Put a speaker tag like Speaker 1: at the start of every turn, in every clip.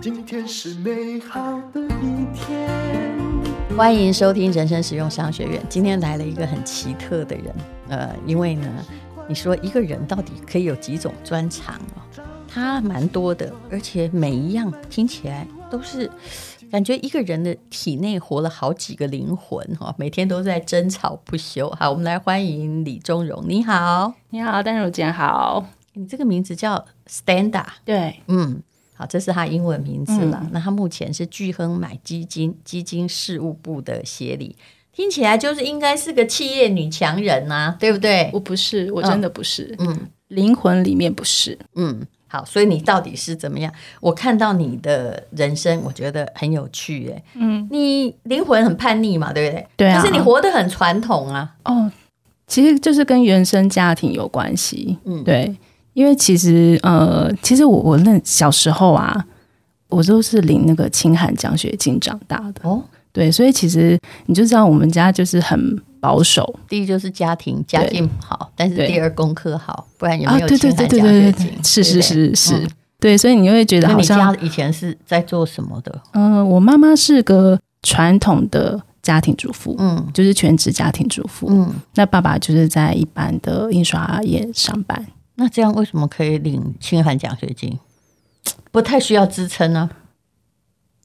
Speaker 1: 今天是美好的一天。
Speaker 2: 欢迎收听人生实用商学院。今天来了一个很奇特的人，呃，因为呢，你说一个人到底可以有几种专长哦？他蛮多的，而且每一样听起来都是感觉一个人的体内活了好几个灵魂哦，每天都在争吵不休。好，我们来欢迎李钟荣，你好，
Speaker 3: 你好，丹如姐好。
Speaker 2: 你这个名字叫 Standa，
Speaker 3: 对，
Speaker 2: 嗯，好，这是他英文名字了。
Speaker 3: 嗯
Speaker 2: 那他目前是巨亨买基金基金事务部的协理，听起来就是应该是个企业女强人呐、对不对
Speaker 3: 我？不是，我真的不是，
Speaker 2: 嗯
Speaker 3: 灵魂里面不是。
Speaker 2: 嗯，好，所以你到底是怎么样？我看到你的人生，我觉得很有趣耶。
Speaker 3: 嗯，
Speaker 2: 你灵魂很叛逆嘛，对不对？
Speaker 3: 对啊
Speaker 2: 可是你活得很传统啊。
Speaker 3: 哦，其实就是跟原生家庭有关系。
Speaker 2: 嗯，，
Speaker 3: 对，因为其实呃，其实我我那小时候啊，我都是领那个清寒奖学金长大的。
Speaker 2: 哦，
Speaker 3: 对，所以其实你就知道我们家就是很保守。
Speaker 2: 第一就是家庭家境好，但是
Speaker 3: 对
Speaker 2: 第二功课好，不然有
Speaker 3: 啊
Speaker 2: 没有
Speaker 3: 对对
Speaker 2: 钱还
Speaker 3: 对
Speaker 2: 奖
Speaker 3: 对
Speaker 2: 学
Speaker 3: 对
Speaker 2: 金？对
Speaker 3: 是
Speaker 2: 不
Speaker 3: 是
Speaker 2: 对
Speaker 3: 是是。
Speaker 2: 嗯
Speaker 3: 对，所以你会觉得
Speaker 2: 那
Speaker 3: 好
Speaker 2: 你
Speaker 3: 像
Speaker 2: 家以前是在做什么的？
Speaker 3: 嗯、呃我妈妈是个传统的家庭主妇，
Speaker 2: 嗯
Speaker 3: 就是全职家庭主妇。
Speaker 2: 嗯，
Speaker 3: 那爸爸就是在一般的印刷业上班，
Speaker 2: 那这样为什么可以领清寒奖学金？不太需要支撑啊，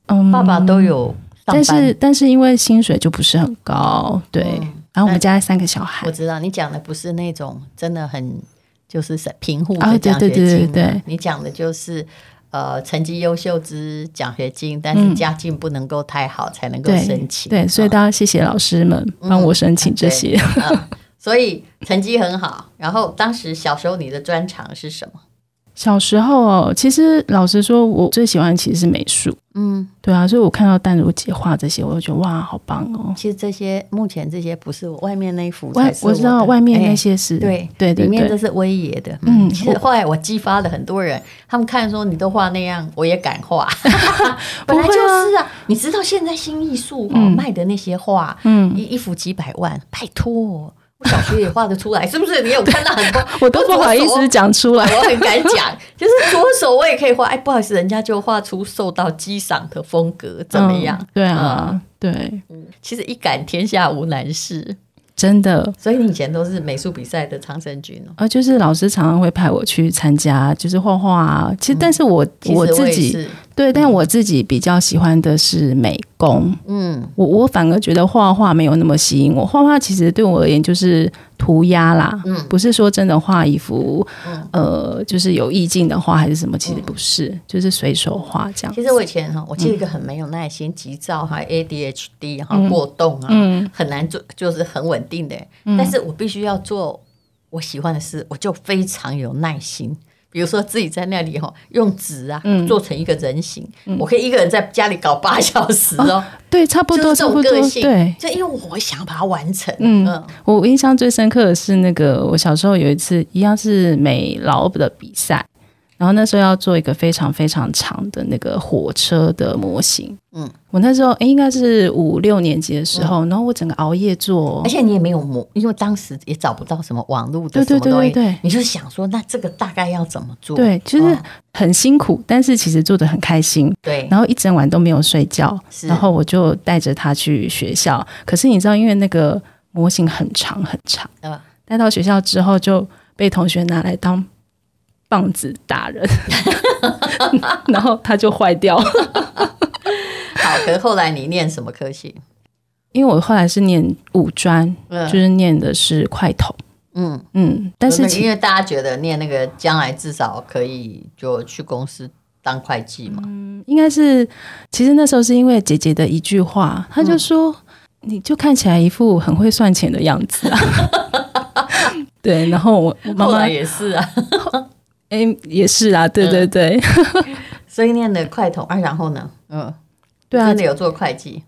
Speaker 3: 嗯
Speaker 2: 爸爸都，有上
Speaker 3: 但
Speaker 2: 班。
Speaker 3: 是但是因为薪水就不是很高，对。
Speaker 2: 嗯
Speaker 3: 然后我们家三个小孩
Speaker 2: 我，知道你讲的不是那种真的很就是贫户
Speaker 3: 啊
Speaker 2: 的
Speaker 3: 对
Speaker 2: 奖学金、
Speaker 3: 对对对对，
Speaker 2: 你讲的就是。呃，成绩优秀之奖学金，但是
Speaker 3: 嗯
Speaker 2: 家境不能够太好才能够
Speaker 3: 对
Speaker 2: 申请。
Speaker 3: 对，所以
Speaker 2: 啊
Speaker 3: 大家谢谢老师们帮我申请这些。
Speaker 2: 嗯所以成绩很好。然后当时小时候你的专长是什么？
Speaker 3: 小时候哦，其实老实说，我最喜欢的其实是美术，
Speaker 2: 嗯，
Speaker 3: 对啊，所以我看到淡如姐画这些，我就觉得哇，好棒哦！
Speaker 2: 其实这些目前这些不是我外面那一幅才
Speaker 3: 外
Speaker 2: 是我
Speaker 3: 我知道
Speaker 2: 的
Speaker 3: 外面
Speaker 2: 哎
Speaker 3: 那些是，
Speaker 2: 对
Speaker 3: 对对
Speaker 2: 里面这
Speaker 3: 对，
Speaker 2: 是威爷的，嗯，
Speaker 3: 嗯
Speaker 2: 其实后来我激发了很多人，他们看说你都画那样，我也敢 画，本来就是啊，你知道现在新艺术哦、
Speaker 3: 嗯
Speaker 2: 卖的那些画，
Speaker 3: 嗯
Speaker 2: 一一幅几百万，拜托，我小学也画得
Speaker 3: ，
Speaker 2: 出来，是不是？你有看到很多
Speaker 3: 我都不好意
Speaker 2: 左手
Speaker 3: 思。讲出来。
Speaker 2: 我很敢讲， 就是左手我也可以画，哎，不好意思，人家就画出受到激赏的风格，怎么样？
Speaker 3: 嗯对啊，对，
Speaker 2: 其实一敢天下无难事，
Speaker 3: 真的，
Speaker 2: 所以你以前都是美术比赛的常胜军哦。
Speaker 3: 呃，就是老师常常会派我去参加，就是画画啊。其实，但是我、
Speaker 2: 嗯其实
Speaker 3: 我自
Speaker 2: 也
Speaker 3: 己
Speaker 2: 是，
Speaker 3: 对，但我自己比较喜欢的是美工。
Speaker 2: 嗯，
Speaker 3: 我我反而觉得画画没有那么吸引我。画画其实对我而言就是涂鸦啦，
Speaker 2: 嗯
Speaker 3: 不是说真的画一幅，
Speaker 2: 嗯
Speaker 3: 呃，就是有意境的画还是什么，其实不是，就是随手画这样。
Speaker 2: 其实我以前
Speaker 3: 嗯
Speaker 2: 哈，我是一个很没有耐心、急躁哈、ADHD 哈、过动啊，
Speaker 3: 嗯
Speaker 2: 很难做，就是很稳定的。但是我必须要做我喜欢的事，我就非常有耐心。比如说自己在那里哈，用纸啊、
Speaker 3: 嗯
Speaker 2: 做成一个人形，我可以一个人在家里搞八小时哦，
Speaker 3: 对，差啊不
Speaker 2: 就
Speaker 3: 多，
Speaker 2: 是
Speaker 3: 差
Speaker 2: 这
Speaker 3: 不
Speaker 2: 种
Speaker 3: 多
Speaker 2: 个，性。
Speaker 3: 对。
Speaker 2: 就因为我想要把它完成。
Speaker 3: 嗯我印象最深刻的是那个，我小时候有一次一样是美劳的比赛，然后那时候要做一个非常非常长的那个火车的模型。
Speaker 2: 嗯
Speaker 3: 嗯，我那时候、诶应该是五六年级的时候，然后我整个熬夜做哦
Speaker 2: 而，且你也没有模，因为当时也找不到什么网络的
Speaker 3: 对
Speaker 2: 什么
Speaker 3: 对对
Speaker 2: 东西，
Speaker 3: 对对
Speaker 2: 你就想说，那这个大概要怎么做？
Speaker 3: 对，就
Speaker 2: 嗯
Speaker 3: 是很辛苦，但是其实做的很开心。
Speaker 2: 对，
Speaker 3: 然后一整晚都没有睡觉，
Speaker 2: 是
Speaker 3: 然后我就带着他去学校。可是你知道，因为那个模型很长很长，
Speaker 2: 呃
Speaker 3: 带到学校之后就被同学拿来当棒子打 人， 然后它就坏掉。
Speaker 2: 好，可是后来你念什么科系？
Speaker 3: 因为我后来是念五专，
Speaker 2: 嗯
Speaker 3: 就是念的是快投，
Speaker 2: 嗯，
Speaker 3: 嗯，但是
Speaker 2: 那
Speaker 3: 其
Speaker 2: 因为大家觉得念那个将来至少可以就去公司当会计嘛，
Speaker 3: 应该是其实那时候是因为姐姐的一句话，她
Speaker 2: 嗯
Speaker 3: 就说：“你就看起来一副很会算钱的样 子啊。”对，然后我我妈
Speaker 2: 后
Speaker 3: 妈
Speaker 2: 来
Speaker 3: 哎、
Speaker 2: 也嗯是啊，
Speaker 3: 也是啊，对对对、
Speaker 2: 所以念的会统啊，然后呢，嗯，
Speaker 3: 对啊
Speaker 2: 真，的有做会计，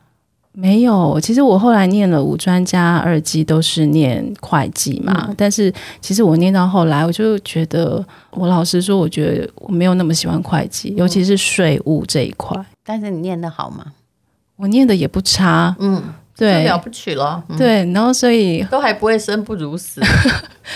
Speaker 3: 没有，其实我后来念了五专加二技都是念会计嘛，
Speaker 2: 嗯
Speaker 3: 但是其实我念到后来，我就觉得，我老实说，我觉得我没有那么喜欢会计，
Speaker 2: 嗯
Speaker 3: 尤其是税务这一块，
Speaker 2: 但是你念的好吗？
Speaker 3: 我念的也不差，
Speaker 2: 嗯，
Speaker 3: 对
Speaker 2: 就了不起了，嗯
Speaker 3: 对，然后所以，
Speaker 2: 都还不会生不如死。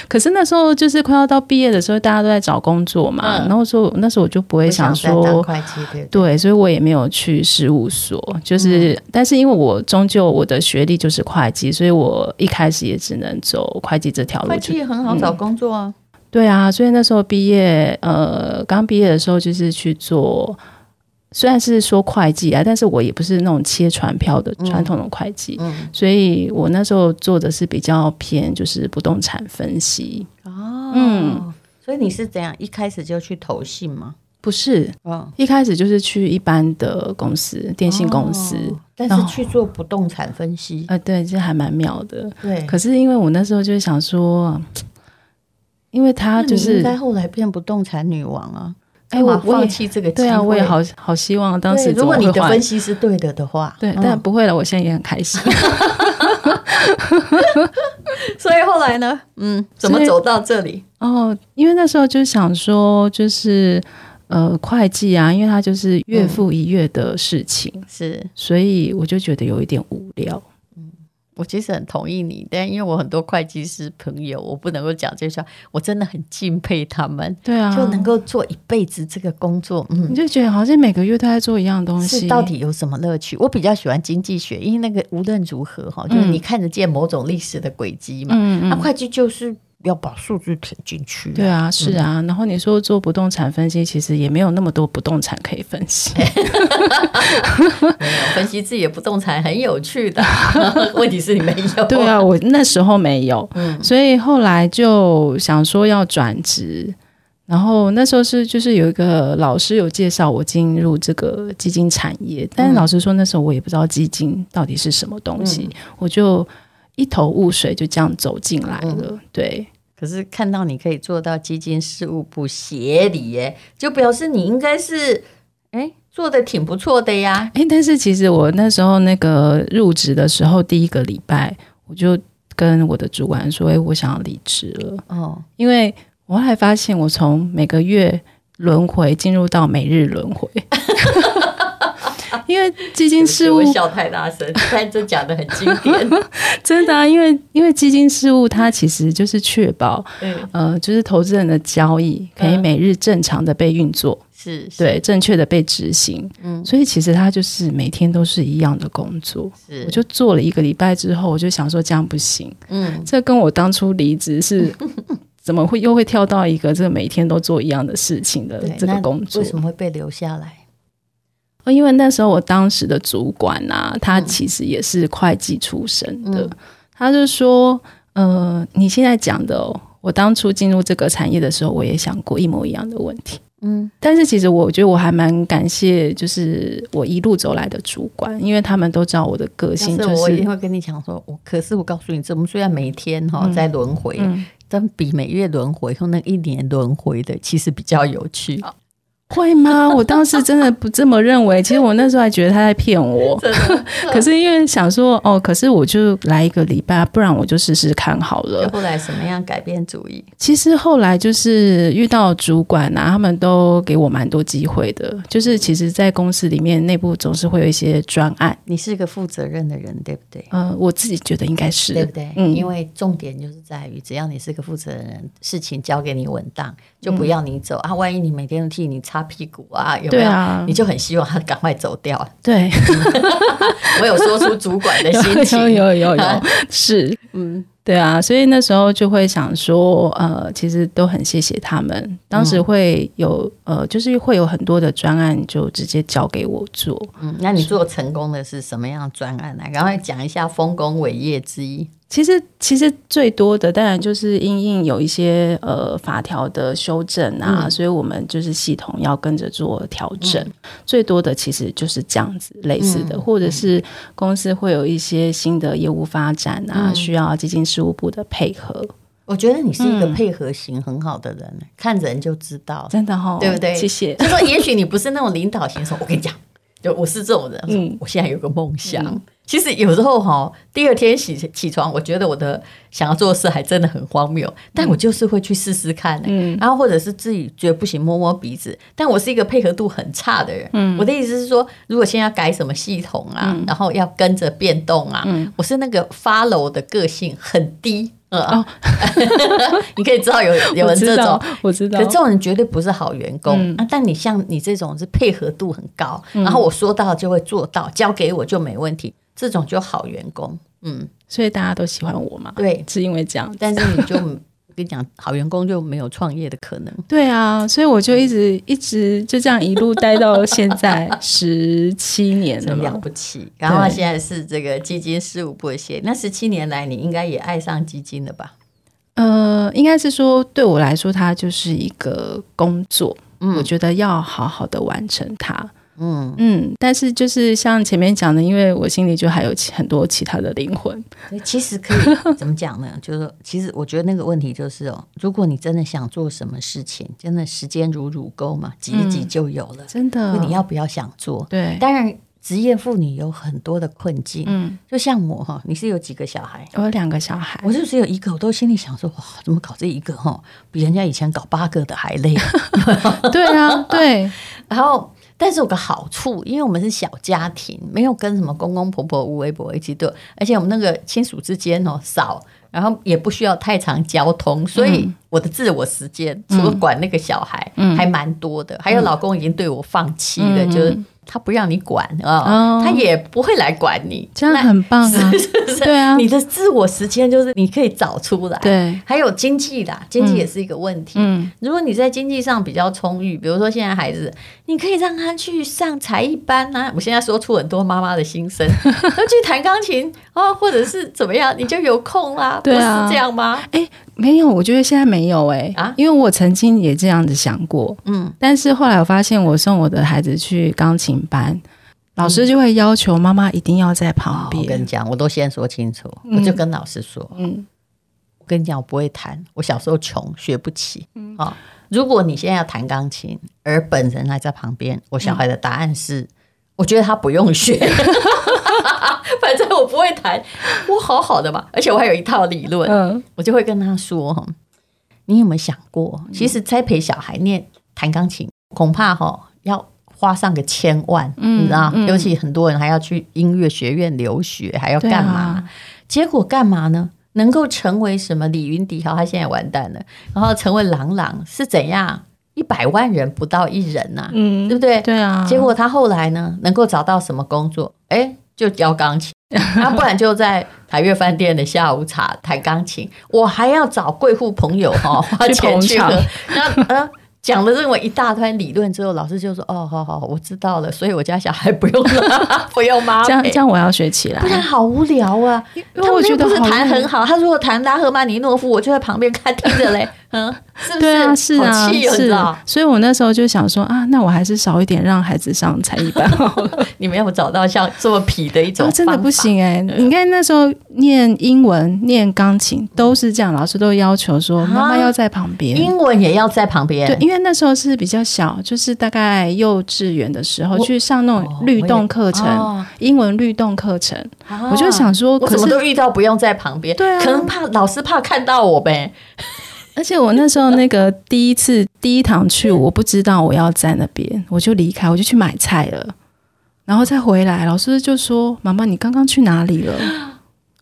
Speaker 3: 可是那时候就是快要到毕业的时候，大家都在找工作嘛，
Speaker 2: 嗯
Speaker 3: 然后说那时候我就不会想
Speaker 2: 不再当
Speaker 3: 说，
Speaker 2: 会计，对不对
Speaker 3: 对，所以我也没有去事务所，就是，
Speaker 2: 嗯
Speaker 3: 但是因为我终究我的学历就是会计，所以我一开始也只能走会计这条路，
Speaker 2: 会
Speaker 3: 就
Speaker 2: 计也很好找工作啊。
Speaker 3: 对啊，所以那时候毕业，呃，刚毕业的时候就是去做，虽然是说会计啊，但是我也不是那种切传票的传统的会计，
Speaker 2: 嗯，
Speaker 3: 所以我那时候做的是比较偏就是不动产分析，
Speaker 2: 哦，
Speaker 3: 嗯
Speaker 2: 所以你是怎样一开始就去投信吗？
Speaker 3: 不是
Speaker 2: 嗯，
Speaker 3: 一开始就是去一般的公司，电信公司，
Speaker 2: 哦但
Speaker 3: 然
Speaker 2: 是
Speaker 3: 后
Speaker 2: 去做不动产分析，
Speaker 3: 呃，对，这还蛮妙的。
Speaker 2: 对。
Speaker 3: 可是因为我那时候就是想说，因为他
Speaker 2: 那你
Speaker 3: 就
Speaker 2: 应
Speaker 3: 是
Speaker 2: 该后来变不动产女王啊！
Speaker 3: 哎，
Speaker 2: 干
Speaker 3: 我
Speaker 2: 嘛
Speaker 3: 我
Speaker 2: 放
Speaker 3: 也
Speaker 2: 弃这个机会，
Speaker 3: 对啊，我也好好希望当时
Speaker 2: 对
Speaker 3: 怎
Speaker 2: 如
Speaker 3: 么
Speaker 2: 果
Speaker 3: 会
Speaker 2: 你的
Speaker 3: 换
Speaker 2: 分析是对的的话，
Speaker 3: 对，
Speaker 2: 嗯
Speaker 3: 但不会了，我现在也很开 心。
Speaker 2: 所以后来呢，嗯，怎么
Speaker 3: 所以
Speaker 2: 走到这里？
Speaker 3: 哦，因为那时候就想说，就是呃，会计啊，因为它就是月复一月的事情，
Speaker 2: 是
Speaker 3: 所以我就觉得有一点无聊。
Speaker 2: 我其实很同意你，但因为我很多会计师朋友，我不能够讲这些话，我真的很敬佩他们，
Speaker 3: 对啊，
Speaker 2: 就能够做一辈子这个工作，嗯
Speaker 3: 你。就觉得好像每个月都在做一样东西，
Speaker 2: 是到底有什么乐趣？我比较喜欢经济学，因为那个无论如何哈，就是
Speaker 3: 嗯
Speaker 2: 你看得见某种历史的轨迹嘛。
Speaker 3: 嗯
Speaker 2: 那、
Speaker 3: 嗯。
Speaker 2: 会计就是要把数字填进去、
Speaker 3: 对，啊，是啊，然后你说做不动产分析，其实也没有那么多不动产可以分析。
Speaker 2: 没有分析自己的不动产很有趣 的，问题是你没有。
Speaker 3: 对啊，我那时候没有，
Speaker 2: 嗯
Speaker 3: 所以后来就想说要转职，然后那时候是就是有一个老师有介绍我进入这个基金产业，但是老实说那时候我也不知道基金到底是什么东西，我就一头雾水就这样走进来了。对，
Speaker 2: 可是看到你可以做到基金事务部协理，耶，就表示你应该是哎做的挺不错的呀。
Speaker 3: 哎，但是其实我那时候那个入职的时候第一个礼拜，我就跟我的主管说，哎，我想要离职了。
Speaker 2: 哦，
Speaker 3: 因为我后来发现，我从每个月轮回进入到每日轮回，因为基金事务
Speaker 2: 我笑太大声，但这讲的很经 典。
Speaker 3: 真的、啊，因为因为基金事务它其实就是确保
Speaker 2: 嗯，
Speaker 3: 呃，就是投资人的交易可以
Speaker 2: 嗯
Speaker 3: 每日正常的被运作，
Speaker 2: 是，是
Speaker 3: 对，正确的被执行，
Speaker 2: 嗯
Speaker 3: 所以其实它就是每天都是一样的工作。
Speaker 2: 是，
Speaker 3: 我就做了一个礼拜之后，我就想说这样不行，
Speaker 2: 嗯
Speaker 3: 这跟我当初离职 是怎么会又会跳到一个这个每天都做一样的事情的
Speaker 2: 对
Speaker 3: 这个
Speaker 2: 那
Speaker 3: 工作
Speaker 2: 为？什么会被留下来？
Speaker 3: 哦因为那时候我当时的主管啊，他其实也是会计出身的，
Speaker 2: 嗯
Speaker 3: 他就说：“呃，你现在讲的、哦，我当初进入这个产业的时候，我也想过一模一样的问题。”
Speaker 2: 嗯，
Speaker 3: 但是其实我觉得我还蛮感谢，就是我一路走来的主管，因为他们都知道我的个
Speaker 2: 但
Speaker 3: 性
Speaker 2: 嗯是
Speaker 3: 就
Speaker 2: 我一定
Speaker 3: 是
Speaker 2: 会跟你讲说，我可是我告诉你，这我们虽然每天哈、
Speaker 3: 嗯
Speaker 2: 在轮回，
Speaker 3: 嗯
Speaker 2: 但比每月轮回和那一年轮回的其实比较有趣。
Speaker 3: 会吗？我当时真的不这么认为，其实我那时候还觉得他在 骗我， 可是因为想说哦，可是我就来一个礼拜，不然我就试试看好了。
Speaker 2: 后来什么样改变主意？
Speaker 3: 其实后来就是遇到主管啊，他们都给我蛮多机会的。就是其实，在公司里面内部总是会有一些专案，
Speaker 2: 你是个负责任的人，对不对？
Speaker 3: 呃，我自己觉得应该是
Speaker 2: 对不对？
Speaker 3: 嗯
Speaker 2: 因为重点就是在于，只要你是个负责人，事情交给你稳当，就不要你走、啊。万一你每天都替你擦屁股啊，有没
Speaker 3: 对
Speaker 2: 有？
Speaker 3: 啊
Speaker 2: 你，就很希望他赶快走掉。啊
Speaker 3: 对，
Speaker 2: 我有说出主管的心 情，
Speaker 3: 有有有有有，是，
Speaker 2: 嗯，
Speaker 3: 对啊，所以那时候就会想说，呃，其实都很谢谢他们。当
Speaker 2: 嗯
Speaker 3: 时会有呃，就是会有很多的专案就直接交给我做，
Speaker 2: 嗯，那你做成功的是什么样的专案呢、赶快讲一下丰功伟业之一。
Speaker 3: 其实，其实最多的当然就是因应有一些呃法条的修正啊，
Speaker 2: 嗯
Speaker 3: 所以我们就是系统要跟着做调整。最多的其实就是这样子类似的，
Speaker 2: 嗯
Speaker 3: 或者是公司会有一些新的业务发展啊，
Speaker 2: 嗯
Speaker 3: 需要基金事务部的配合。
Speaker 2: 我觉得你是一个
Speaker 3: 嗯
Speaker 2: 配合型很好的人，看人就知道。
Speaker 3: 真的哈、哦，
Speaker 2: 对不对
Speaker 3: 谢谢。
Speaker 2: 就 说也许你不是那种领导型，说我跟你讲，就我是这种人。
Speaker 3: 嗯
Speaker 2: 我现在有个梦想，其实有时候哈，第二天起起床，我觉得我的想要做的事还真的很荒谬，但
Speaker 3: 嗯
Speaker 2: 我就是会去试试看、嗯，然后或者是自己觉得不行，摸摸鼻子。但我是一个配合度很差的人，嗯，我的意思是说，如果现在要改什么系统啊，
Speaker 3: 嗯
Speaker 2: 然后要跟着变动啊，我是那个 follow 的个性很低。呃、
Speaker 3: 哦
Speaker 2: 你可以知道 有有
Speaker 3: 我
Speaker 2: 人这
Speaker 3: 知
Speaker 2: 种
Speaker 3: 道，，我知道
Speaker 2: 可，这种人绝对不是好员工、啊！但你像你这种是配合度很高，然后我说到就会做到，交给我就没问题，这种就好员工。嗯，
Speaker 3: 所以大家都喜欢我嘛，
Speaker 2: 对。
Speaker 3: 是因为这样。
Speaker 2: 但是你就我跟你讲，好员工就没有创业的可 能。
Speaker 3: 对啊，所以我就一直一直就这样一路待到现 在十七年了
Speaker 2: 很了
Speaker 3: 嘛。
Speaker 2: 不起，然后他现在是这个基金事务部的协理。那十七年来，你应该也爱上基金了 吧？
Speaker 3: 呃，应该是说对我来说，它就是一个工作，我
Speaker 2: 嗯
Speaker 3: 觉得要好好的完成它。
Speaker 2: 嗯，
Speaker 3: 嗯，但是就是像前面讲的，因为我心里就还有其很多其他的灵魂。
Speaker 2: 其实可以怎么讲呢？ 就是说其实我觉得那个问题就是哦，如果你真的想做什么事情，真的时间如乳沟嘛，挤一挤
Speaker 3: 嗯
Speaker 2: 就有了。
Speaker 3: 真的
Speaker 2: 就你要不要想做？
Speaker 3: 对，
Speaker 2: 当然，职业妇女有很多的困境，
Speaker 3: 嗯，
Speaker 2: 就像我哈，你是有几个小孩？
Speaker 3: 我有两个小孩，
Speaker 2: 我就只有一个，我都心里想说，哇，怎么搞这一个哈，比人家以前搞八个的还累。
Speaker 3: 对啊， 对，
Speaker 2: 然后，但是有个好处，因为我们是小家庭，没有跟什么公公婆婆、无微博一起对，而且我们那个亲属之间哦少，然后也不需要太长交通，所以我的自我时间、除了管那个小孩，
Speaker 3: 嗯
Speaker 2: 还蛮多的。还有老公已经对我放弃了，就是他不让你管啊、
Speaker 3: 哦
Speaker 2: 他也不会来管你，
Speaker 3: 这样很棒啊
Speaker 2: 那 是不是？
Speaker 3: 对啊
Speaker 2: 你的自我时间就是你可以找出来，
Speaker 3: 对，
Speaker 2: 还有经济啦，经济也是一个问题。
Speaker 3: 嗯，
Speaker 2: 如果你在经济上比较充裕，比如说现在孩子，你可以让他去上才艺班啊。我现在说出很多妈妈的心 声，他去弹钢琴哦，或者是怎么样，你就有空啦，
Speaker 3: 对啊
Speaker 2: 不是这样吗？
Speaker 3: 哎、没有，我觉得现在没有哎、
Speaker 2: 啊
Speaker 3: 因为我曾经也这样子想过，
Speaker 2: 嗯，
Speaker 3: 但是后来我发现，我送我的孩子去钢琴
Speaker 2: 嗯
Speaker 3: 班，老师就会要求妈妈一定要在旁
Speaker 2: 我跟
Speaker 3: 边
Speaker 2: 你，讲，我都先说清楚，我就跟老师说，
Speaker 3: 嗯，
Speaker 2: 我跟你讲，我不会弹，我小时候穷，学不起。哦，如果你现在要弹钢琴，而本人还在旁边，我小孩的答案是，我觉得他不用学。反正我不会弹，我好好的嘛，而且我还有一套理论，
Speaker 3: 嗯
Speaker 2: 我就会跟他说：“哈，你有没有想过，
Speaker 3: 嗯
Speaker 2: 其实栽培小孩念弹钢琴，恐怕哈要花上个千万，
Speaker 3: 嗯
Speaker 2: 你知道，尤其很多人还要去音乐学院留学，还要干嘛？
Speaker 3: 对啊
Speaker 2: 结果干嘛呢？”能够成为什么李云迪？好，他现在完蛋了。然后成为郎朗是怎样？一百万人不到一人呐、
Speaker 3: 嗯
Speaker 2: 对不对？
Speaker 3: 对啊，
Speaker 2: 结果他后来呢，能够找到什么工作？哎，就教钢 琴，啊，不然就在台悦饭店的下午茶弹钢琴。我还要找贵妇朋友哈、哦，花
Speaker 3: 去
Speaker 2: 钱
Speaker 3: 捧
Speaker 2: 去
Speaker 3: 场
Speaker 2: 喝。那呃，讲了这么一大段理论之后，老师就说：“哦，好好，我知道了。”所以我家小孩不用了， 不用妈
Speaker 3: 这样
Speaker 2: 陪
Speaker 3: 这样我要学起来
Speaker 2: 哎不，然好无聊啊！
Speaker 3: 因
Speaker 2: 他
Speaker 3: 为我
Speaker 2: 们
Speaker 3: 觉
Speaker 2: 又
Speaker 3: 得
Speaker 2: 不是
Speaker 3: 好
Speaker 2: 弹
Speaker 3: 累
Speaker 2: 很好，他如果弹拉赫曼尼诺夫，我就在旁边看听着嘞，嗯，是不是？
Speaker 3: 对啊，是啊，
Speaker 2: 好气哦，你知
Speaker 3: 是
Speaker 2: 道
Speaker 3: 啊，所以我那时候就想说啊，那我还是少一点让孩子上才艺班好了。
Speaker 2: 你们有没有找到像 这么痞的一种
Speaker 3: 啊、
Speaker 2: 方法？
Speaker 3: 真的不行哎、你看那时候念英文、念钢琴都是这样，老师都要求说
Speaker 2: 啊
Speaker 3: 妈妈要在旁边。
Speaker 2: 英文也要在旁边。
Speaker 3: 对，因为那时候是比较小，就是大概幼稚园的时候
Speaker 2: 我
Speaker 3: 去上那种律动课程，英文律动课程，
Speaker 2: 哦啊
Speaker 3: 我就想说，
Speaker 2: 我
Speaker 3: 可
Speaker 2: 怎么都
Speaker 3: 是
Speaker 2: 遇到不用在旁边，
Speaker 3: 对啊
Speaker 2: 可能怕老师怕看到我呗。
Speaker 3: 而且我那时候那个第一次第一堂去，我不知道我要在那边，我就离开，我就去买菜了，然后再回来，老师就说：“妈妈，你刚刚去哪里了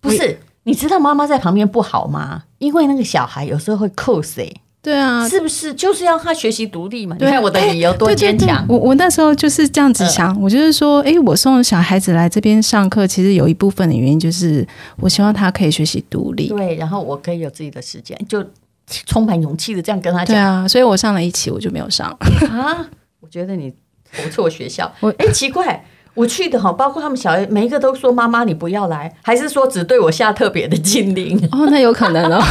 Speaker 2: 不是，你知道妈妈在旁边不好吗？因为那个小孩有时候会扣谁，？”
Speaker 3: 对啊，
Speaker 2: 是不是？就是要他学习独立嘛。你
Speaker 3: 对啊
Speaker 2: 看我的理由多
Speaker 3: 对对
Speaker 2: 坚
Speaker 3: 对
Speaker 2: 强。
Speaker 3: 我我那时候就是这样子想，我就是说，诶，我送小孩子来这边上课，其实有一部分的原因就是我希望他可以学习独立。
Speaker 2: 对，然后我可以有自己的时间，就充满勇气的这样跟他
Speaker 3: 对
Speaker 2: 讲
Speaker 3: 啊，所以我上了一期我就没有上。
Speaker 2: 啊。我觉得你投错学校。
Speaker 3: 我
Speaker 2: 哎，奇怪。我去的哈，包括他们小孩，每一个都说妈妈你不要来，还是说只对我下特别的禁令？
Speaker 3: 哦，那有可能哦。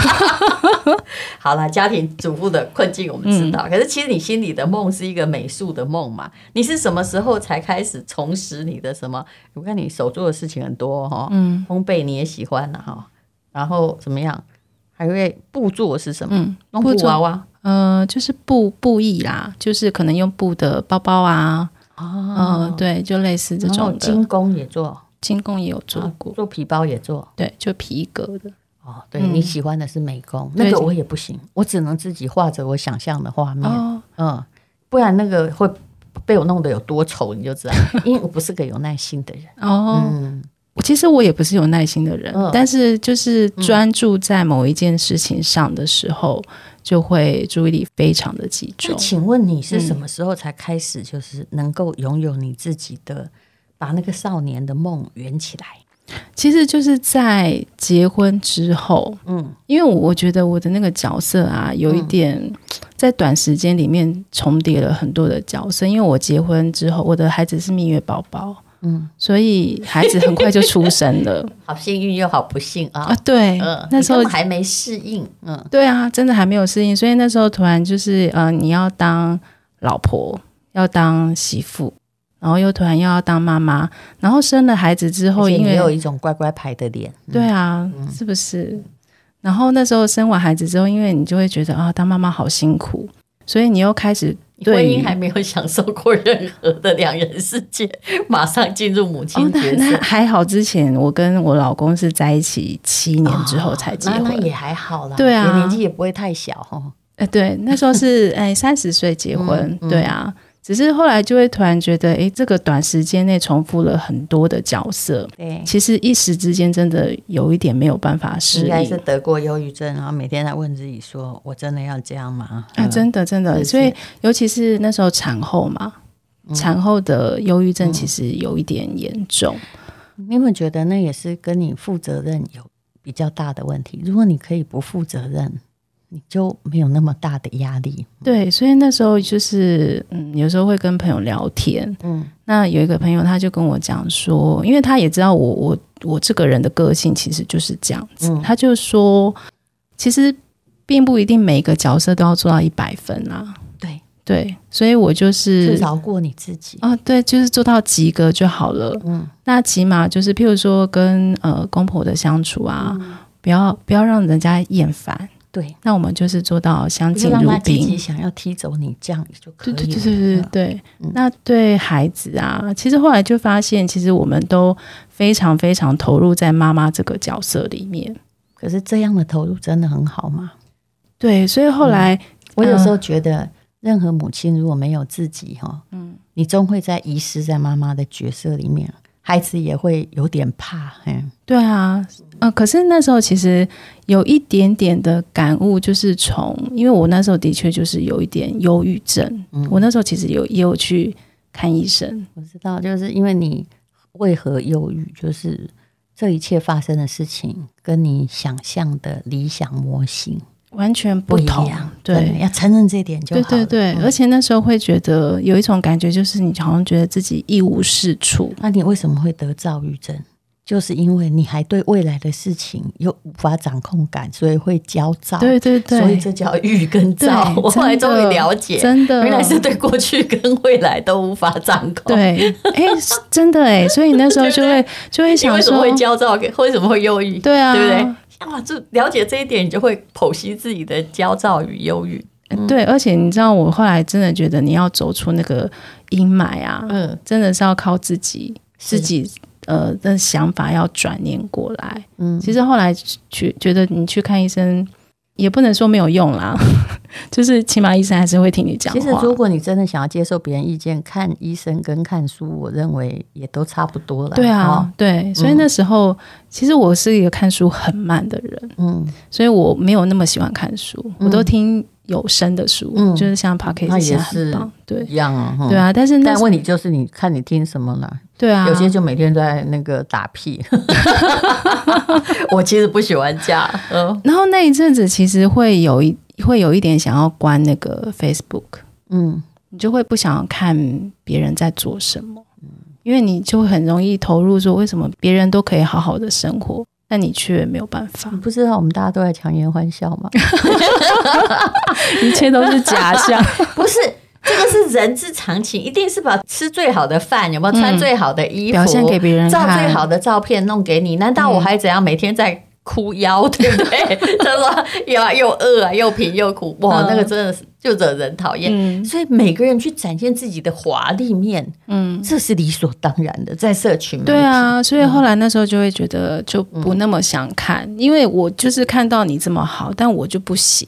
Speaker 2: 好啦，家庭主妇的困境我们知道，可是其实你心里的梦是一个美术的梦嘛？你是什么时候才开始重拾你的什么？我看你手做的事情很多哈、哦，
Speaker 3: 嗯，
Speaker 2: 烘焙你也喜欢了、哈，然后怎么样？还会布做是什么？
Speaker 3: 嗯，
Speaker 2: 弄
Speaker 3: 布
Speaker 2: 布
Speaker 3: 做
Speaker 2: 娃娃
Speaker 3: 呃，就是布布艺啦，就是可能用布的包包啊，
Speaker 2: 啊
Speaker 3: 嗯、对，就类似这
Speaker 2: 然后
Speaker 3: 种的。
Speaker 2: 精工也做，啊
Speaker 3: 精工也有做过，
Speaker 2: 做皮包也做
Speaker 3: 对，就皮革的。
Speaker 2: 哦。对、
Speaker 3: 嗯
Speaker 2: 你喜欢的是美工，
Speaker 3: 对
Speaker 2: 那个我也不行，我只能自己画着我想象的画面，
Speaker 3: 哦，
Speaker 2: 嗯，不然那个会被我弄得有多丑，你就 知道，因为我不是个有耐心的人。
Speaker 3: 哦，
Speaker 2: 嗯，
Speaker 3: 其实我也不是有耐心的人，
Speaker 2: 嗯
Speaker 3: 但是就是专注在某一件事情上的时候，就会注意力非常的集
Speaker 2: 那
Speaker 3: 中。
Speaker 2: 请问你是
Speaker 3: 嗯
Speaker 2: 什么时候才开始，就是能够拥有你自己的，把那个少年的梦圆起来？
Speaker 3: 其实就是在结婚之后，
Speaker 2: 嗯，
Speaker 3: 因为我我觉得我的那个角色啊，有一点在短时间里面重叠了很多的角色。因为我结婚之后，我的孩子是蜜月宝宝，
Speaker 2: 嗯，
Speaker 3: 所以孩子很快就出生了
Speaker 2: 好幸运 又好不幸啊！
Speaker 3: 啊。对，
Speaker 2: 嗯，
Speaker 3: 那时候
Speaker 2: 你根本还没适应，嗯，
Speaker 3: 对啊，真的还没有适应，所以那时候突然就是呃，你要当老婆，要当媳妇，然后又突然又要当妈妈，然后生了孩子之后，
Speaker 2: 而且
Speaker 3: 因
Speaker 2: 你
Speaker 3: 为
Speaker 2: 有一种乖乖牌的脸，嗯
Speaker 3: 对啊，是不是？然后那时候生完孩子之后，因为你就会觉得啊，当妈妈好辛苦，所以你又开始
Speaker 2: 婚
Speaker 3: 对于哦
Speaker 2: 姻还没有享受过任何的两人世界，马上进入母
Speaker 3: 哦
Speaker 2: 亲，
Speaker 3: 那
Speaker 2: 角
Speaker 3: 那
Speaker 2: 色。
Speaker 3: 还好，之前我跟我老公是在一起七年之后才结
Speaker 2: 那
Speaker 3: 婚，
Speaker 2: 那哦也还好啦，
Speaker 3: 对啊
Speaker 2: 也年纪也不会太小哈。
Speaker 3: 呃，对，那时候是 哎三十岁结婚
Speaker 2: 嗯，嗯
Speaker 3: 对啊，只是后来就会突然觉得，哎，这个短时间内重复了很多的角色，
Speaker 2: 对，
Speaker 3: 其实一时之间真的有一点没有办法适
Speaker 2: 应该是
Speaker 3: 应。
Speaker 2: 得过忧郁症，然后每天在问自己说：“我真的要这样吗？”嗯
Speaker 3: 啊，真的真的，
Speaker 2: 是
Speaker 3: 所以尤其是那时候产后嘛，
Speaker 2: 嗯
Speaker 3: 产后的忧郁症其实有一点严重。
Speaker 2: 嗯你有没有觉得那也是跟你负责任有比较大的问题？如果你可以不负责任，你就没有那么大的压力。
Speaker 3: 对，所以那时候就是，嗯，有时候会跟朋友聊天。
Speaker 2: 嗯
Speaker 3: 那有一个朋友，他就跟我讲说，因为他也知道我我我这个人的个性其实就是这样子，
Speaker 2: 嗯
Speaker 3: 他就说，其实并不一定每个角色都要做到一百分啊。
Speaker 2: 对，
Speaker 3: 对，所以我就是
Speaker 2: 至少过你自己。
Speaker 3: 哦，对，就是做到及格就好了。
Speaker 2: 嗯，
Speaker 3: 那起码就是，譬如说跟呃公婆的相处啊，
Speaker 2: 嗯
Speaker 3: 不要不要让人家厌烦。
Speaker 2: 对，
Speaker 3: 那我们就是做到相
Speaker 2: 不是
Speaker 3: 敬
Speaker 2: 让
Speaker 3: 如
Speaker 2: 他自己
Speaker 3: 宾。
Speaker 2: 想要踢走你，这样就可以
Speaker 3: 对
Speaker 2: 了。
Speaker 3: 对对对对对，
Speaker 2: 嗯
Speaker 3: 那对孩子啊，其实后来就发现，其实我们都非常非常投入在妈妈这个角色里面。
Speaker 2: 可是这样的投入真的很好吗？
Speaker 3: 对，所以
Speaker 2: 嗯
Speaker 3: 后来、
Speaker 2: 我有时候觉得，任何母亲如果没有自己哈，嗯，你终会在遗失在妈妈的角色里面，孩子也会有点怕，嗯，
Speaker 3: 对啊，呃，可是那时候其实有一点点的感悟，就是从因为我那时候的确就是有一点忧郁症，
Speaker 2: 嗯
Speaker 3: 我那时候其实有也有去看医生，
Speaker 2: 我知道，就是因为你为何忧郁，就是这一切发生的事情跟你想象的理想模型
Speaker 3: 完全
Speaker 2: 不一
Speaker 3: 同
Speaker 2: 样，，真的
Speaker 3: 对。
Speaker 2: 要承认这一点就好
Speaker 3: 对
Speaker 2: 了。
Speaker 3: 对对，
Speaker 2: 嗯
Speaker 3: 而且那时候会觉得有一种感觉，就是你好像觉得自己一无是处，
Speaker 2: 那你为什么会得躁郁症？就是因为你还对未来的事情又无法掌控感，所以会焦躁。
Speaker 3: 对对对，
Speaker 2: 所以这叫郁跟躁。
Speaker 3: 对
Speaker 2: 我后来终于了解，
Speaker 3: 真的
Speaker 2: 原来是对过去跟未来都无法掌控。，
Speaker 3: 对，哎，是真的哎，所以你那时候 就会就会
Speaker 2: 你
Speaker 3: 想
Speaker 2: 为什么
Speaker 3: 说，
Speaker 2: 会焦躁？为什么会忧郁？
Speaker 3: 对啊，
Speaker 2: 对不对？啊，就了解这一点，你就会剖析自己的焦躁与忧郁。
Speaker 3: 对，而且你知道，我后来真的觉得你要走出那个阴霾啊，
Speaker 2: 嗯
Speaker 3: 真的是要靠自己，
Speaker 2: 是
Speaker 3: 自己呃的想法要转念过来。
Speaker 2: 嗯，
Speaker 3: 其实后来觉觉得你去看医生，也不能说没有用啦， 就是起码医生还是会听你讲
Speaker 2: 其实
Speaker 3: 话。
Speaker 2: 如果你真的想要接受别人意见，看医生跟看书，我认为也都差不多了。
Speaker 3: 对啊
Speaker 2: 哦，，
Speaker 3: 对，所以那时候、其实我是一个看书很慢的人，
Speaker 2: 嗯，
Speaker 3: 所以我没有那么喜欢看书，我都听有声的书，
Speaker 2: 嗯
Speaker 3: 就是像 p o c k e
Speaker 2: 那
Speaker 3: t
Speaker 2: 也
Speaker 3: 现在很
Speaker 2: 是
Speaker 3: 棒，对
Speaker 2: 一样啊。哈
Speaker 3: 对。啊。但是那
Speaker 2: 但问题就是，你看你听什么了？
Speaker 3: 对啊，
Speaker 2: 有些就每天在那个打屁。 我其实不喜欢这样，嗯
Speaker 3: 然后那一阵子其实会有一会有一点想要关那个 Facebook，
Speaker 2: 嗯，
Speaker 3: 你就会不想要看别人在做什么，因为你就很容易投入说为什么别人都可以好好的生活，但你却没有办法
Speaker 2: 你，不知道我们大家都在强颜欢笑吗？
Speaker 3: 一切都是假象。
Speaker 2: 不是。这个是人之常情，一定是把吃最好的饭，有没有
Speaker 3: 嗯
Speaker 2: 穿最好的衣服，
Speaker 3: 表现给别人
Speaker 2: 照
Speaker 3: 看嗯
Speaker 2: 最好的照片弄给你。难道我还怎样每天在哭腰，对不 对？他说又啊又饿啊，又贫又苦，哇，
Speaker 3: 嗯
Speaker 2: 那个真的是就惹人讨厌。
Speaker 3: 嗯
Speaker 2: 所以每个人去展现自己的华丽面，
Speaker 3: 嗯，
Speaker 2: 这是理所当然的，在社群媒体
Speaker 3: 对，啊，所以后来那时候就会觉得就不那么想看，因为我就是看到你这么好，但我就不行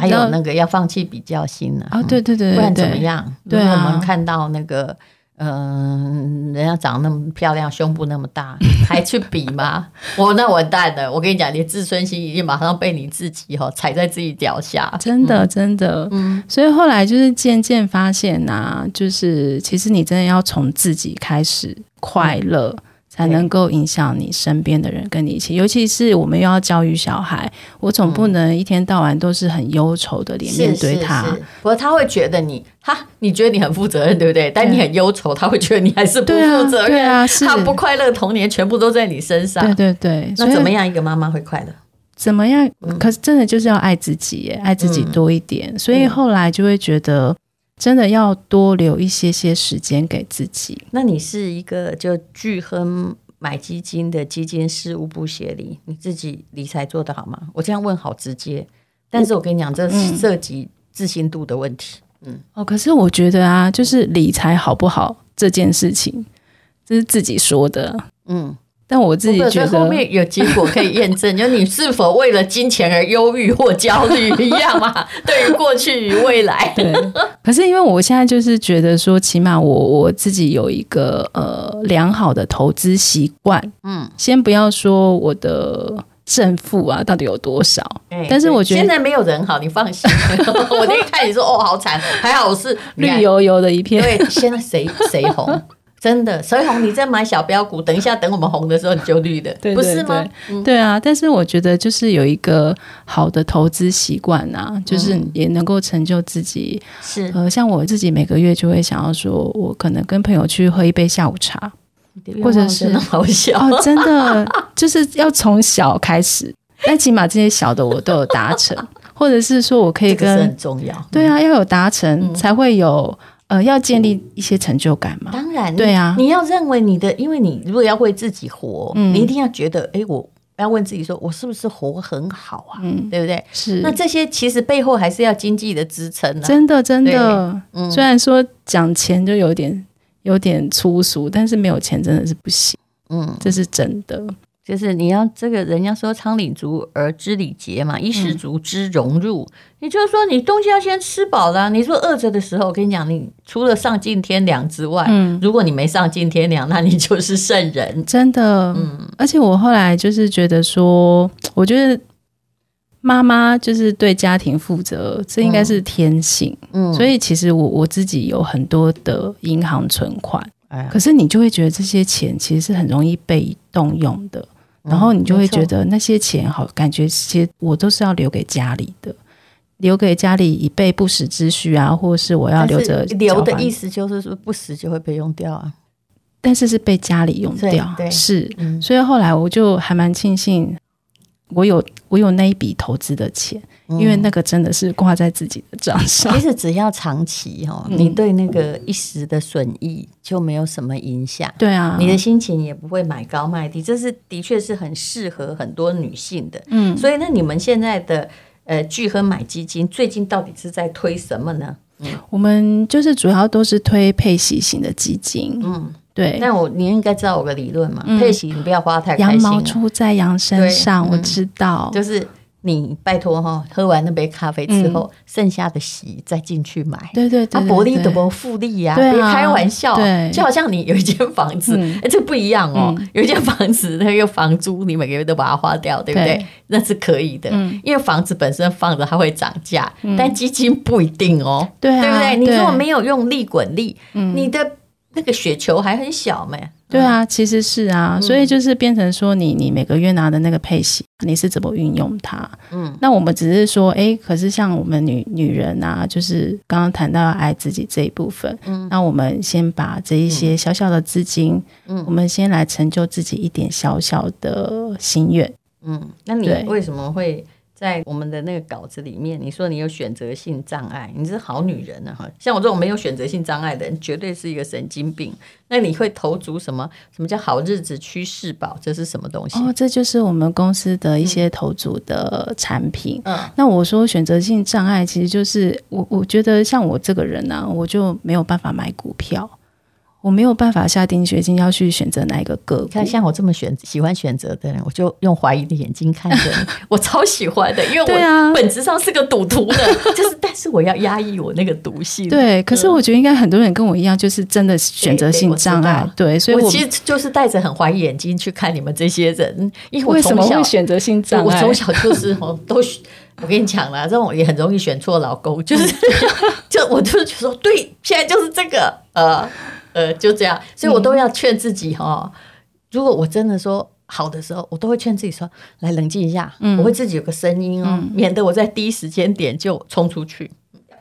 Speaker 2: 还有
Speaker 3: 那
Speaker 2: 那个要放弃比较心啊，
Speaker 3: 啊！对对对
Speaker 2: 不
Speaker 3: 对
Speaker 2: 然怎么
Speaker 3: 对，
Speaker 2: 样？
Speaker 3: 对啊
Speaker 2: 如果我们看到那个，嗯、人家长那么漂亮，胸部那么大， 还去比吗？我那完蛋了！我跟你讲，你自尊心一定马上被你自己哦踩在自己脚下。
Speaker 3: 真的真的，
Speaker 2: 嗯，
Speaker 3: 所以后来就是渐渐发现呐、就是其实你真的要从自己开始快乐，
Speaker 2: 嗯
Speaker 3: 才能够影响你身边的人跟你一起。尤其是我们又要教育小孩，我总不能一天到晚都是很忧愁的脸
Speaker 2: 是
Speaker 3: 面对他。
Speaker 2: 嗯是是不过他会觉得你，他你觉得你很负责任，对不对？但你很忧愁，他会觉得你还是不
Speaker 3: 对啊
Speaker 2: 负责任。
Speaker 3: 对啊是
Speaker 2: 他不快乐的童年全部都在你身上。
Speaker 3: 对对对，所
Speaker 2: 啊那
Speaker 3: 以
Speaker 2: 怎么样一嗯个妈妈会快乐？
Speaker 3: 怎么样？可是真的就是要爱自己耶，爱自己
Speaker 2: 嗯
Speaker 3: 多一点。所以后来就会觉得，真的要多留一些些时间给自己。
Speaker 2: 那你是一个就巨亨买基金的基金事务部协理，你自己理财做得好吗？我这样问好直接，但是我跟你讲，这是涉及自信度的问题。嗯
Speaker 3: 哦，可是我觉得啊，就是理财好不好这件事情，这是自己说的，
Speaker 2: 嗯，
Speaker 3: 但我自己
Speaker 2: 不过
Speaker 3: 觉
Speaker 2: 这后
Speaker 3: 得。
Speaker 2: 面有结果可以验证，就是你是否为了金钱而忧郁或焦虑一样嘛？ 对于过去与未来，
Speaker 3: 对，可是因为我现在就是觉得说，起码我我自己有一个呃良好的投资习惯，
Speaker 2: 嗯，
Speaker 3: 先不要说我的正负啊到底有多少，但是我觉
Speaker 2: 哎
Speaker 3: 得
Speaker 2: 现在没有人好，你放心。 我那一看你说哦，好惨，还好我是
Speaker 3: 绿油油的一片，
Speaker 2: 对，现在谁 谁红？真的，谁红？你在买小标股，等一下，等我们红的时候你就绿的，
Speaker 3: 对
Speaker 2: 不
Speaker 3: 对
Speaker 2: 是吗？嗯
Speaker 3: 对对啊，但是我觉得就是有一个好的投资习惯啊，就是
Speaker 2: 嗯
Speaker 3: 也能够成就自己。
Speaker 2: 是，
Speaker 3: 呃，像我自己每个月就会想要说，我可能跟朋友去喝一杯下午茶。或者是
Speaker 2: 真的好笑。
Speaker 3: 哦，真的就是要从小开始，但起码这些小的我都有达成，或者是说我可以
Speaker 2: 这个是
Speaker 3: 跟
Speaker 2: 很嗯重要，
Speaker 3: 对啊，要有达成才会有呃，要建立一些成就感嘛。
Speaker 2: 嗯当然，
Speaker 3: 对啊
Speaker 2: 你要认为你的，因为你如果要为自己活，
Speaker 3: 嗯
Speaker 2: 你一定要觉得，哎，我要问自己说，我是不是活很好啊？
Speaker 3: 嗯，
Speaker 2: 对不对？
Speaker 3: 是
Speaker 2: 那这些其实背后还是要经济的支撑啊。
Speaker 3: 真的真的。
Speaker 2: 嗯
Speaker 3: 虽然说讲钱就有点有点粗俗，但是没有钱真的是不行，
Speaker 2: 嗯，
Speaker 3: 这是真的。
Speaker 2: 就是你要这个人家说仓廪足而知礼节嘛，衣食足知荣辱。也就是说，你东西要先吃饱啦、你说饿着的时候，我跟你讲，你除了丧尽天良之外，
Speaker 3: 嗯
Speaker 2: 如果你没丧尽天良，那你就是圣人。
Speaker 3: 真的，而且我后来就是觉得说，我觉得妈妈就是对家庭负责，这应该是天性。
Speaker 2: 嗯
Speaker 3: 所以其实我我自己有很多的银行存款，
Speaker 2: 哎呀
Speaker 3: 可是你就会觉得这些钱其实是很容易被动用的，然后你就会觉得那些钱好，感觉其实我都是要留给家里的。留给家里以备不时之需啊，或是我要留着
Speaker 2: 但是留的意
Speaker 3: 思，
Speaker 2: 思就是说不死就会被用掉 啊。
Speaker 3: 但是是被家里用掉
Speaker 2: 对，对
Speaker 3: 是
Speaker 2: 嗯，
Speaker 3: 所以后来我就还蛮庆幸，我有我有那一笔投资的钱，
Speaker 2: 嗯
Speaker 3: 因为那个真的是挂在自己的账 上
Speaker 2: 其。实只要长期哦，
Speaker 3: 嗯
Speaker 2: 你对那个一时的损益就没有什么影响。
Speaker 3: 对啊，
Speaker 2: 你的心情也不会买高卖低，这是的确是很适合很多女性的。
Speaker 3: 嗯
Speaker 2: 所以那你们现在的呃聚合买基金最近到底是在推什么呢？
Speaker 3: 我们就是主要都是推配息型的基金，
Speaker 2: 嗯，
Speaker 3: 对，
Speaker 2: 但我你应该知道我的理论嘛，
Speaker 3: 嗯
Speaker 2: 佩奇你不要花太
Speaker 3: 羊
Speaker 2: 开心
Speaker 3: 毛
Speaker 2: 了，
Speaker 3: 出在羊身上，
Speaker 2: 对嗯
Speaker 3: 我知道，
Speaker 2: 就是你拜托哈、喝完那杯咖啡之后，
Speaker 3: 嗯
Speaker 2: 剩下的席再进去买。
Speaker 3: 对对
Speaker 2: 它
Speaker 3: 对，
Speaker 2: 薄利
Speaker 3: 对
Speaker 2: 多不复利呀、
Speaker 3: 对啊
Speaker 2: 别开玩笑。
Speaker 3: 对
Speaker 2: 就好像你有一间房子，
Speaker 3: 嗯
Speaker 2: 哎、这不一样哦。
Speaker 3: 嗯
Speaker 2: 有一间房子，那个房租你每个月都把它花掉，对不对？
Speaker 3: 对
Speaker 2: 那是可以的，
Speaker 3: 嗯
Speaker 2: 因为房子本身放着它会涨价，但基金不一定哦，
Speaker 3: 对啊
Speaker 2: 对不对？你
Speaker 3: 对嗯
Speaker 2: 如果没有用利滚利，你的那个雪球还很小嘛。
Speaker 3: 对啊，其实是
Speaker 2: 嗯
Speaker 3: 啊，所以就是变成说你，你每个月拿的那个配息，你是怎么运用它？
Speaker 2: 嗯，
Speaker 3: 那我们只是说，哎，可是像我们女女人啊，就是刚刚谈到要爱自己这一部分，嗯，那我们先把这一些小小的资金，
Speaker 2: 嗯
Speaker 3: 我们先来成就自己一点小小的心愿。
Speaker 2: 嗯，那你
Speaker 3: 对
Speaker 2: 为什么会在我们的那个稿子里面，你说你有选择性障碍，你是好女人啊！哈，像我这种没有选择性障碍的人，绝对是一个神经病。那你会投足什么？什么叫好日子趋势宝？这是什么东西？
Speaker 3: 哦，这就是我们公司的一些头组的产品。
Speaker 2: 嗯
Speaker 3: 那我说选择性障碍，其实就是我我觉得像我这个人呢、我就没有办法买股票，我没有办法下定决心要去选择哪一个个股
Speaker 2: 你。看，像我这么选喜欢选择的人，我就用怀疑的眼睛看着你，我超喜欢的，因为
Speaker 3: 对
Speaker 2: 我
Speaker 3: 啊
Speaker 2: 本质上是个赌徒的， 就是但是我要压抑我那个毒性。
Speaker 3: 对，可
Speaker 2: 嗯
Speaker 3: 是我觉得应该很多人跟我一样，就是真的选择性障碍。对，所以
Speaker 2: 我
Speaker 3: 我
Speaker 2: 其实就是带着很怀疑眼睛去看你们这些人，因为
Speaker 3: 为
Speaker 2: 我
Speaker 3: 什
Speaker 2: 从
Speaker 3: 么
Speaker 2: 小
Speaker 3: 会选择性障
Speaker 2: 我
Speaker 3: 碍？
Speaker 2: 从小就是哦，都选我跟你讲啦，这 种也很容易选错老公，就是就我就是觉得说，对，现在就是这个，呃呃，就这样，所以我都要劝自己哦。如果我真的说好的时候，我都会劝自己说，来冷静一下，
Speaker 3: 嗯
Speaker 2: 我会自己有个声音哦，免得我在第一时间点就冲出去。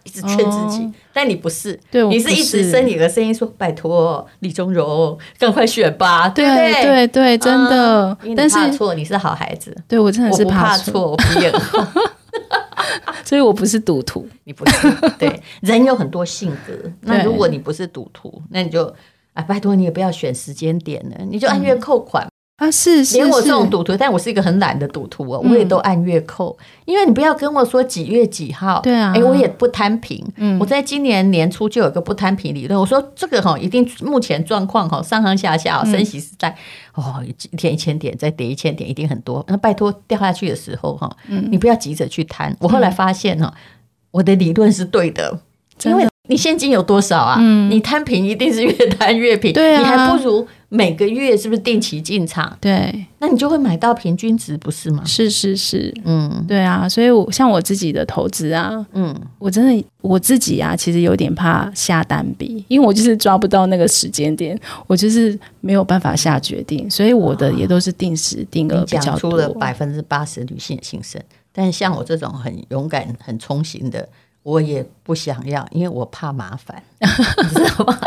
Speaker 2: 一直劝自己，
Speaker 3: 哦
Speaker 2: 但你不是，
Speaker 3: 对我
Speaker 2: 你是
Speaker 3: 不
Speaker 2: 一直
Speaker 3: 是
Speaker 2: 生你的声音说：“拜托，李宗荣，赶快选吧，对不
Speaker 3: 对
Speaker 2: 对？”嗯
Speaker 3: 对对，真的。
Speaker 2: 因为你
Speaker 3: 但是
Speaker 2: 怕错，你是好孩子。
Speaker 3: 对我真的
Speaker 2: 我
Speaker 3: 是
Speaker 2: 不怕
Speaker 3: 错，
Speaker 2: 错，我不 厌恶，
Speaker 3: 所以我不是赌徒。
Speaker 2: 你不是对人有很多性格。那
Speaker 3: 对
Speaker 2: 如果你不是赌徒，那你就啊，拜托你也不要选时间点了，你就按月扣款。
Speaker 3: 啊，是是
Speaker 2: 连我这种
Speaker 3: 是
Speaker 2: 赌徒，但我是一个很懒的赌徒哦，
Speaker 3: 嗯
Speaker 2: 我也都按月扣，因为你不要跟我说几月几号，
Speaker 3: 对啊
Speaker 2: 哎，我也不摊平。
Speaker 3: 嗯
Speaker 2: 我在今年年初就有个不摊平理论，我说这个哈，一定目前状况哈，上上下下哦
Speaker 3: 嗯
Speaker 2: 升息时代，哦，一天一千点，再跌一千点，一定很多。那拜托掉下去的时候哈，
Speaker 3: 嗯
Speaker 2: 你不要急着去摊。我后来发现哈，我的理论是对的，
Speaker 3: 真
Speaker 2: 因
Speaker 3: 的
Speaker 2: 为你现金有多少啊？
Speaker 3: 嗯
Speaker 2: 你摊平一定是越摊越平，
Speaker 3: 对啊
Speaker 2: 你还不如每个月是不是定期进场？
Speaker 3: 对，
Speaker 2: 那你就会买到平均值，不是吗？
Speaker 3: 是是是，
Speaker 2: 嗯
Speaker 3: 对啊。所以我像我自己的投资啊，
Speaker 2: 嗯，
Speaker 3: 我真的我自己啊，其实有点怕下单笔，因为我就是抓不到那个时间点，我就是没有办法下决定，所以我的也都是定时定额
Speaker 2: 啊你
Speaker 3: 比较
Speaker 2: 讲出
Speaker 3: 多。
Speaker 2: 了百分之八十女性的心声，但像我这种很勇敢、很冲型的。我也不想要，因为我怕麻 烦，你知道吗？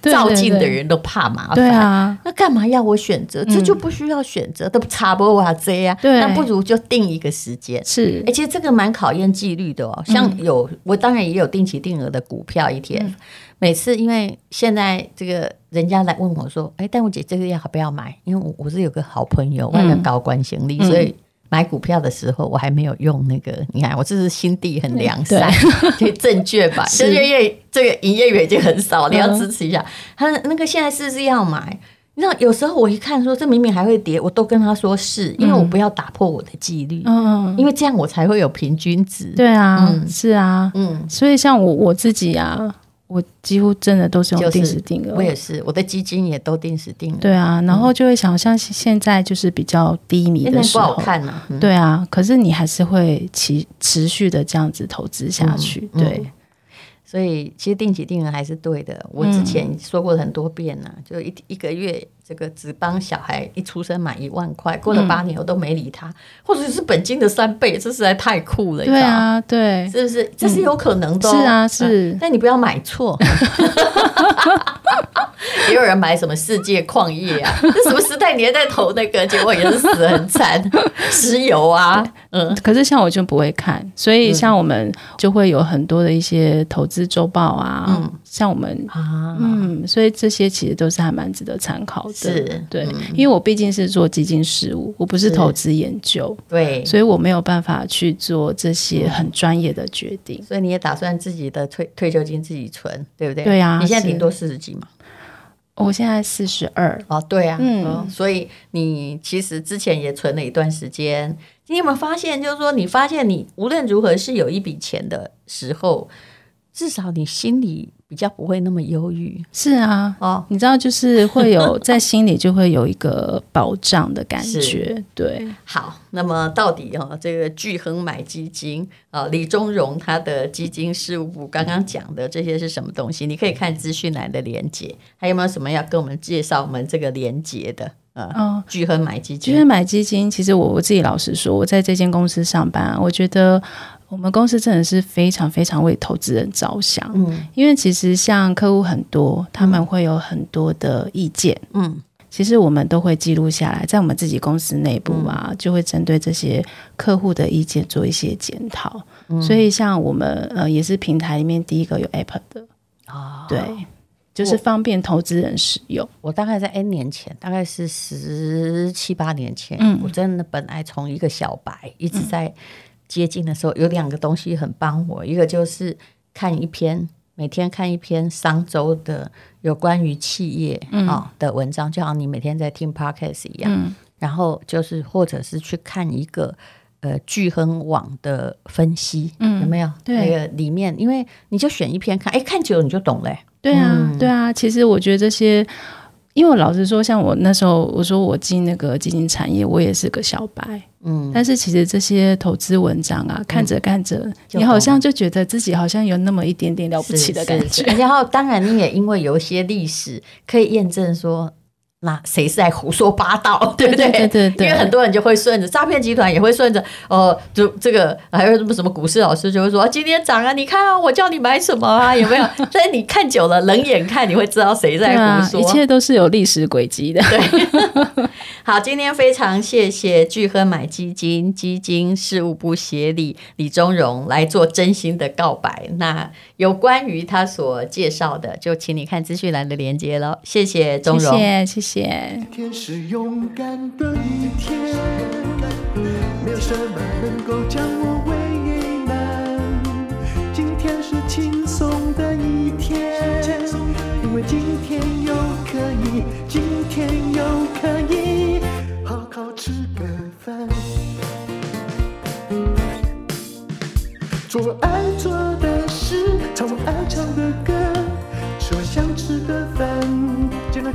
Speaker 3: 对对
Speaker 2: 照镜的
Speaker 3: 对
Speaker 2: 人都怕麻烦，
Speaker 3: 对啊，嗯
Speaker 2: 那干嘛要我选择？这就不需要选择，都差不多啊这样。
Speaker 3: 对
Speaker 2: 那不如就定一个时间。
Speaker 3: 是嗯
Speaker 2: 哎、其实这个蛮考验纪律的哦。像有、我当然也有定期定额的股票 ETF，、每次因为现在这个人家来问我说，哎、但我姐这个要不要买？因为我我是有个好朋友，外
Speaker 3: 嗯
Speaker 2: 面搞关心力，所以。买股票的时候，我还没有用那个，你看我这是心地很良善，对证券版，
Speaker 3: 是嗯
Speaker 2: 证券业这个营业员已经很少，你要支持一下。他那个现在是不是要买？那有时候我一看说这明明还会跌，我都跟他说是，因为我不要打破我的纪律。
Speaker 3: 嗯，
Speaker 2: 因为这样我才会有平均值。，
Speaker 3: 对啊，
Speaker 2: 嗯
Speaker 3: 是啊，
Speaker 2: 嗯，
Speaker 3: 所以像我我自己啊，我几乎真的都是
Speaker 2: 就
Speaker 3: 用
Speaker 2: 是
Speaker 3: 定时定额。
Speaker 2: 我也是，我的基金也都定时定额，
Speaker 3: 对啊，然后就会想像现在就是比较低迷
Speaker 2: 现
Speaker 3: 的
Speaker 2: 在
Speaker 3: 时
Speaker 2: 不
Speaker 3: 候，
Speaker 2: 好看呢、嗯，
Speaker 3: 对啊，可是你还是会持持续的这样子投资下去，
Speaker 2: 嗯
Speaker 3: 对，
Speaker 2: 所以其实定期定额还是对的。我
Speaker 3: 嗯
Speaker 2: 之前说过很多遍呐、就一一个月这个只帮小孩一出生买一万块，过
Speaker 3: 嗯
Speaker 2: 了八年我都没理他，或者是本金的三倍，这实在太酷了，你知
Speaker 3: 对
Speaker 2: 道吗。
Speaker 3: 啊，对，
Speaker 2: 是不是？这是有可能的哦、
Speaker 3: 是啊
Speaker 2: 嗯
Speaker 3: 是
Speaker 2: 但你不要买错。 也有人买什么世界矿业啊？ 这什么时代年代投那个，结果也是死得很 惨，石油啊，嗯，
Speaker 3: 可是像我就不会看，所以像我们就会有很多的一些投资周报啊，
Speaker 2: 嗯
Speaker 3: 像我们。
Speaker 2: 啊，
Speaker 3: 嗯，所以这些其实都是还蛮值得参考的。
Speaker 2: 是嗯
Speaker 3: 对，因为我毕竟是做基金事务，我不是
Speaker 2: 是嗯
Speaker 3: 投资研究，
Speaker 2: 对，
Speaker 3: 所以我没有办法去做这些很专业的决定。
Speaker 2: 所以你也打算自己的退退休金自己存，对不对？
Speaker 3: 对啊
Speaker 2: 你现在
Speaker 3: 是
Speaker 2: 顶多四十几嘛。嗯
Speaker 3: 我现在四十二，
Speaker 2: 哦，对啊，嗯、
Speaker 3: 嗯
Speaker 2: 所以你其实之前也存了一段时间，你有没有发现，就是说你发现你无论如何是有一笔钱的时候，至少你心里比较不会那么忧郁
Speaker 3: 是啊，
Speaker 2: 哦。
Speaker 3: 你知道，就是会 有在心里就会有一个保障的感觉
Speaker 2: 是，
Speaker 3: 对，
Speaker 2: 好，那么到底哦，这个巨亨买基金啊、呃李忠荣他的基金事务部刚刚讲的这些是什么东西？你可以看资讯栏的连接，还有没有什么要跟我们介绍我们这个连接的？呃，
Speaker 3: 嗯。
Speaker 2: 巨亨买基
Speaker 3: 就
Speaker 2: 金
Speaker 3: 是买基金，其实我我自己老实说，我在这间公司上班，啊我觉得我们公司真的是非常非常为投资人着想，
Speaker 2: 嗯
Speaker 3: 因为其实像客户很多，他们会有很多的意见，
Speaker 2: 嗯，
Speaker 3: 其实我们都会记录下来，在我们自己公司内部啊，
Speaker 2: 嗯
Speaker 3: 就会针对这些客户的意见做一些检讨。
Speaker 2: 嗯
Speaker 3: 所以像我们呃，也是平台里面第一个有 App 的，
Speaker 2: 啊、
Speaker 3: 对，就是方便投资人使用。
Speaker 2: 我大概在 N 年前，大概是十七八年前，我真的本来从一个小白一直在接近的时候，有两个东西很帮我，一个就是看一篇。每天看一篇商周的有关于企业啊、哦的文章，就好像你每天在听 podcast 一样。然后就是或者是去看一个呃聚亨网的分析，有没有？
Speaker 3: 对
Speaker 2: 那个里面，因为你就选一篇看，哎，看久了你就懂嘞、
Speaker 3: 对啊，
Speaker 2: 嗯
Speaker 3: 对啊，其实我觉得这些，因为我老实说，像我那时候我说我进那个基金产业，我也是个小白，嗯，但是其实这些投资文章啊，看
Speaker 2: 嗯
Speaker 3: 着看着，
Speaker 2: 就
Speaker 3: 你
Speaker 2: 懂
Speaker 3: 好
Speaker 2: 了
Speaker 3: 像就觉得自己好像有那么一点点了不起的感
Speaker 2: 是
Speaker 3: 觉
Speaker 2: 是，是然后，当然你也因为有一些历史可以验证说。那谁是在胡说八 道，对不对？
Speaker 3: 对对对
Speaker 2: 因为很多人就会顺着诈骗集团，也会顺着哦，就这个还有什么什么股市老师就会说、啊今天涨啊，你看啊，我叫你买什么啊，有没 有？但是你看久了，冷眼看，你会知道谁在
Speaker 3: 对
Speaker 2: 胡
Speaker 3: 啊，
Speaker 2: 说。
Speaker 3: 一切都是有历史轨迹的。
Speaker 2: 好，今天非常谢谢聚亨买基金基金事务部协理李忠荣来做真心的告白。那有关于他所介绍的，就请你看资讯栏的连接喽。谢谢
Speaker 3: 谢
Speaker 2: 忠荣。
Speaker 3: 谢，谢谢。
Speaker 1: 今天是勇敢的一天，没有什么能够将我为难。今天是轻松的一天，因为今天又可以，今天又可以好好吃个饭，做我爱做的事，唱我爱唱的歌，吃我想吃的饭，尽量